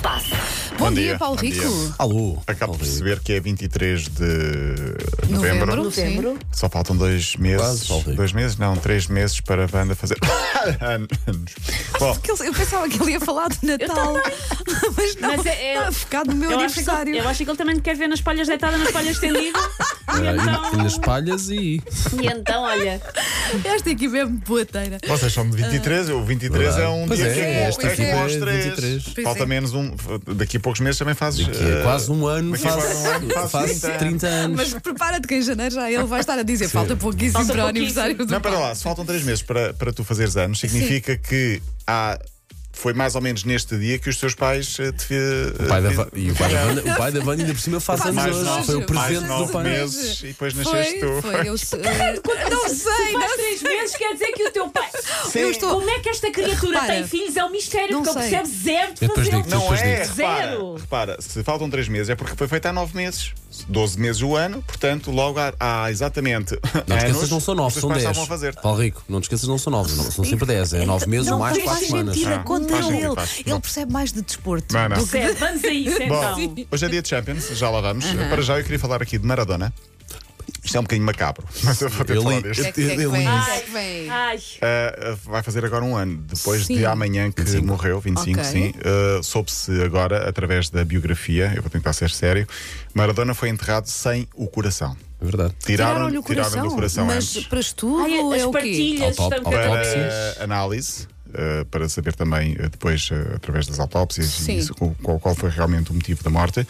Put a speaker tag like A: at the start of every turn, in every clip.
A: passa?
B: Bom,
C: Bom
B: dia,
C: dia,
B: Paulo
C: bom
B: Rico.
C: dia.
D: Alô.
C: Acabo de
D: Alô.
C: perceber que é 23 de novembro.
B: Novembro.
A: Novembro.
C: Só faltam dois meses.
D: Quase, Paulo Rico.
C: dois meses? Não, três meses para a banda fazer anos. Bom,
B: Que ele- Eu pensava que ele ia falar do Natal, mas não,
A: Mas é- é-
B: está focado no meu
A: Eu acho, que,
B: um aniversário.
A: ele- eu acho que ele também me quer ver nas palhas deitada, nas palhas estendida. e,
D: E
A: então,
D: É, nas palhas e.
A: e então, olha,
B: Esta é aqui mesmo boateira.
C: vocês são de 23, o 23 é um
D: Pois
C: dia
D: é,
C: que é,
B: este aqui
C: igual aos
D: é
C: três.
D: 23.
B: Pois
C: Falta
B: é.
C: menos um. Daqui a poucos meses também fazes.
D: Que é
C: eh,
D: quase um ano,
C: daqui a
D: faz,
C: quase um ano, faz
D: faz
C: 30 anos.
D: 30 anos.
B: Mas prepara-te que em janeiro já ele vai estar a dizer falta pouquíssimo
A: Falta
B: para o
A: pouquíssimo.
B: aniversário do
C: Não, para
B: Paulo.
C: lá, se faltam três meses para, para tu fazeres anos, significa que há. Foi mais ou menos neste dia que os teus pais eh, te.
D: O pai da Va- e o pai da Vanda, o pai da Vanda ainda por cima faz
B: Faz
C: É.
D: anos
C: mais
B: hoje,
C: nove,
D: hoje. Foi o
C: mais
D: presente do
C: nove
D: pai.
C: meses e depois nasceste
B: Foi,
C: tu.
B: foi. Eu, eu, não sei, não
A: faz três meses quer dizer que o teu pai.
B: Eu estou-
A: Como é que esta criatura
B: Repara.
A: tem filhos? É um mistério,
B: Não
A: porque ele
B: sei.
A: percebe zero de
D: Eu depois
A: fazer.
D: digo-te.
C: Não
D: Depois
C: é,
A: digo.
C: repara,
A: Zero.
C: repara, se faltam três meses é porque foi feita há nove meses. 12 meses o ano, portanto, logo há, há exatamente.
D: Não te
C: anos,
D: esqueças, não são
C: os
D: 9,
C: teus
D: são Ah.
C: pais
D: 10.
C: estavam a fazer.
D: Paulo Rico, não te esqueças, não são 9, não, são sempre 10. É 9 meses
B: Então, não
D: mais
B: faz
D: 4 semanas.
B: sentido a
C: Não,
B: conta
C: faz
B: dele.
C: sentido, faz sentido.
B: Ele percebe mais de desporto.
C: Não, não.
B: do que-
A: Zero. Vamos a isso
C: Bom,
A: então.
C: hoje é dia de Champions, já lá vamos.
B: Uhum.
C: Para já eu queria falar aqui de Maradona. Isto é um bocadinho macabro, mas eu vou ter
D: Eu
C: de falar
D: li-
C: deste.
B: O que é que- o que é que
D: Ele-
B: vem?
D: ele-
B: O que é que vem?
A: Ai,
C: Uh, vai fazer agora um ano, depois
B: Sim.
C: de amanhã que
D: 25.
C: morreu, 25,
B: Ok.
C: sim. Uh, Soube-se agora, através da biografia, eu vou tentar ser sério, Maradona foi enterrado sem o coração.
D: É verdade.
B: Tiraram-lhe o
C: tiraram-lhe
B: coração,
C: do coração
B: mas
C: antes.
B: para estudo
A: ai, as
B: é o quê?
A: partilhas
D: Auto-
A: estão
D: auto-
C: Para
D: Autópsias.
C: análise, uh, para saber também uh, depois, uh, através das autópsias,
B: Sim.
C: e isso, o- qual, qual foi realmente o motivo da morte,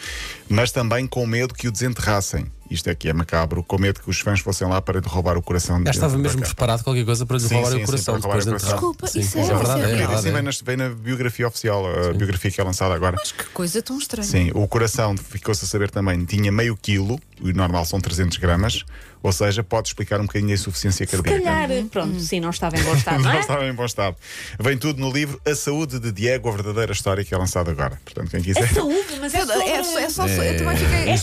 C: mas também com medo que o desenterrassem. Isto é que é macabro, com medo que os fãs fossem lá para derrubar o coração
D: Já
C: dentro
D: estava
C: da
D: mesmo
C: capa.
D: preparado qualquer coisa para lhe
C: Sim,
D: roubar
C: sim,
D: o
C: sim,
D: coração
C: para roubar
D: depois
C: o
D: de
C: coração.
D: enterrar.
B: Desculpa,
D: Sim,
B: isso
D: mas
B: é-
D: é verdade,
B: isso é
D: é
B: real.
D: verdade.
C: Isso vem
D: é.
C: na, vem na biografia oficial, a biografia que é lançada agora.
B: Mas que coisa tão estranha.
C: Sim, o coração ficou-se a saber também, tinha meio quilo, o normal são 300 gramas, ou seja, pode explicar um bocadinho a insuficiência
A: Se
C: cardíaca.
A: calhar,
B: Hum.
A: pronto, sim, não estava em bom estado, não
C: Não
A: é?
C: estava em bom estado. Vem tudo no livro A Saúde de Diego, a verdadeira história que é lançada agora. Portanto, quem
A: É
C: quiser.
A: saúde, mas
B: É,
A: é, sobre...
B: é só- é só- eu também fiquei.
D: E
A: É
D: os- E os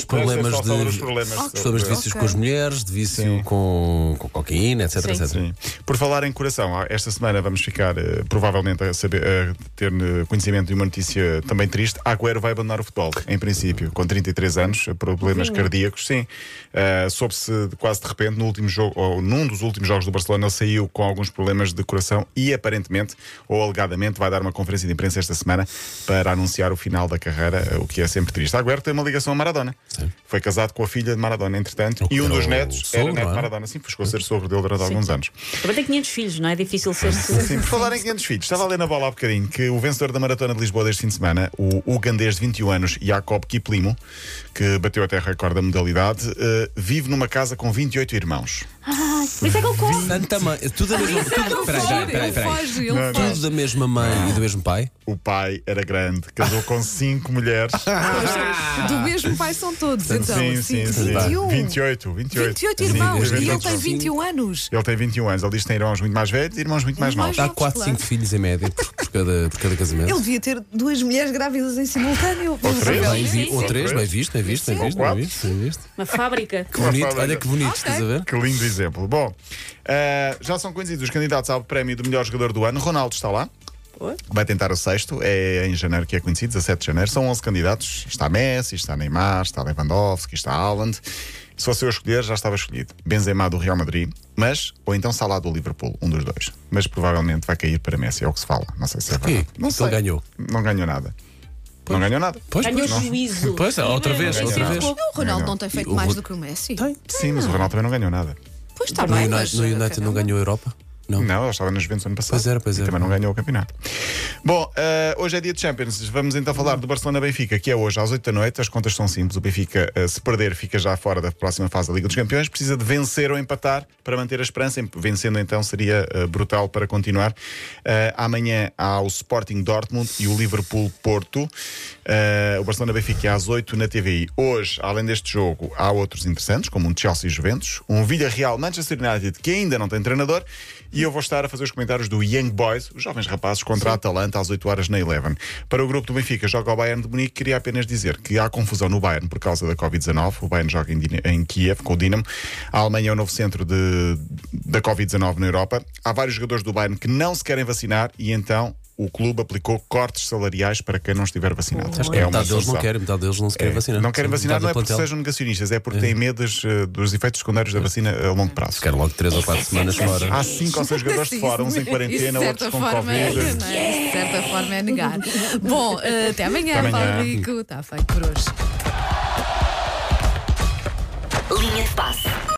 A: específico.
D: problemas
C: é Só sobre os problemas
D: de. Os problemas de
C: sobre-
D: vícios
B: Ok.
D: com as mulheres, de vício com, com cocaína, etc,
A: Sim.
D: etc.
C: Sim. Por falar em coração, ah, esta semana vamos ficar eh, provavelmente a, saber, a ter eh, conhecimento de uma notícia também triste. Agüero vai abandonar o futebol, em princípio, com 33 anos, eh, problemas cardíacos, sim. Ah, Soube-se de- quase de repente, no último jogo, ou num dos últimos jogos do Barcelona, ele saiu com alguns problemas de coração e aparentemente, ou alegadamente, vai dar uma conferência de imprensa esta semana para anunciar o final da carreira, eh, o que é sempre triste. Agüero tem uma ligação a Maradona. Foi casado com a filha de Maradona, entretanto, e um
D: Era
C: dos
D: o
C: netos
D: sogro,
C: era neto
D: não
C: de
D: é?
C: Maradona. Sim, chegou a ser sogro dele durante alguns anos.
A: Também tem 500 filhos, não é? É difícil ser.
C: Sim, por falar em 500 filhos, estava a ler na bola há bocadinho que o vencedor da Maratona de Lisboa deste fim de semana, o ugandês de 21 anos, Jacob Kiplimo, que bateu até recorde da modalidade, eh, vive numa casa com 28 irmãos.
A: Ah, por isso é que ele corre.
D: Santa mãe. Tudo
A: Ah,
D: da mesma.
A: é
D: Tudo, peraí, peraí, peraí,
B: Ele
D: peraí.
B: foge, ele
D: Tudo
B: foge.
D: da mesma mãe e do mesmo pai?
C: O pai era grande, casou com 5 mulheres.
A: Ah.
B: Do mesmo pai são todos, então.
C: Ah. sim, sim, sim.
B: 21.
C: 28, 28.
B: 28
C: Sim,
B: irmãos.
C: sim,
B: um? e ele
C: 28.
B: tem 21 anos.
C: Ele tem 21 anos. Ele diz que tem irmãos muito mais velhos e irmãos muito mais
B: Mais
C: novos.
D: Dá
B: Jogos,
D: 4,
B: claro.
D: 5 filhos em média por, por cada, por cada
B: Ele
D: casamento.
B: devia ter duas mulheres grávidas em simultâneo.
C: três.
D: Bem vi-
A: Sim,
D: ou
A: sim.
D: 3, bem visto, bem visto, bem
C: Ou
D: visto, bem
C: quatro.
D: visto, bem visto.
A: Uma fábrica.
D: Que bonito,
C: fala-
D: olha que bonito,
B: Ok.
D: estás a ver?
C: Que lindo exemplo. Bom, eh, já são conhecidos os candidatos ao prémio do melhor jogador do ano. Ronaldo está lá.
A: Oi?
C: Vai tentar o sexto, é em janeiro que é conhecido, 17 de janeiro. São 11 candidatos. Está Messi, está Neymar, está Lewandowski, está Haaland. Se fosse eu a escolher, já estava escolhido. Benzema do Real Madrid, mas, ou então Salah do Liverpool, um dos dois. Mas provavelmente vai cair para Messi, é o que se fala. Não sei se é
D: Porquê?
C: verdade. Não
D: Porque ele ganhou.
C: Não ganhou nada. Não ganhou nada.
D: Pois,
A: Ganhou
D: pois.
A: juízo.
D: Pois, outra vez,
A: Ganhou
D: outra
A: juízo.
D: vez.
B: Não, o Ronaldo não tem feito
D: E o
B: mais
D: Ro-
B: do que o Messi.
D: Tem.
C: Sim, mas o Ronaldo também não ganhou nada.
B: Pois está
D: No
B: bem. mas,
D: United, no
B: eh,
D: United não
B: caramba.
D: ganhou a Europa? Não.
C: Não, ela estava na Juventus ano passado.
D: Pois era, pois
C: E
D: era.
C: Também não ganhou o campeonato. Bom, eh, hoje é dia de Champions. Vamos então falar do Barcelona-Benfica, que é hoje às 8 da noite. As contas são simples. O Benfica, eh, se perder, fica já fora da próxima fase da Liga dos Campeões. Precisa de vencer ou empatar para manter a esperança. Em- Vencendo então seria eh, brutal para continuar. Eh, amanhã há o Sporting Dortmund e o Liverpool-Porto. Eh, o Barcelona-Benfica é às 8 na TVI. Hoje, além deste jogo, há outros interessantes, como um Chelsea-Juventus, um Villarreal-Manchester United, que ainda não tem treinador, e eu vou estar a fazer os comentários do Young Boys, os jovens rapazes, contra a Atalanta às 8 horas na Eleven. Para o grupo do Benfica, joga o Bayern de Munique, queria apenas dizer que há confusão no Bayern por causa da Covid-19. O Bayern joga em, Dina- em Kiev com o Dinamo. A Alemanha é o novo centro de- da Covid-19 na Europa. Há vários jogadores do Bayern que não se querem vacinar e então. o o clube aplicou cortes salariais para quem não estiver vacinado. É
D: metade deles é não
C: solução.
D: querem, metade deles não se querem vacinar.
C: Não querem
D: Sim,
C: vacinar,
D: metade
C: não é
D: do
C: porque
D: plantel.
C: sejam negacionistas, é porque têm medo das, eh, dos efeitos secundários da vacina a longo prazo.
D: Quero um- logo 3 ou 4 semanas fora.
C: Há cinco ou seis jogadores de fora, uns em quarentena,
B: Isso,
C: outros com
B: forma, é,
C: Covid.
B: não é? Isso, de certa forma é negar. Bom, eh, até amanhã, Tá
C: Até amanhã.
B: Paulo Rico. Está feito por hoje.
E: Linha de passe.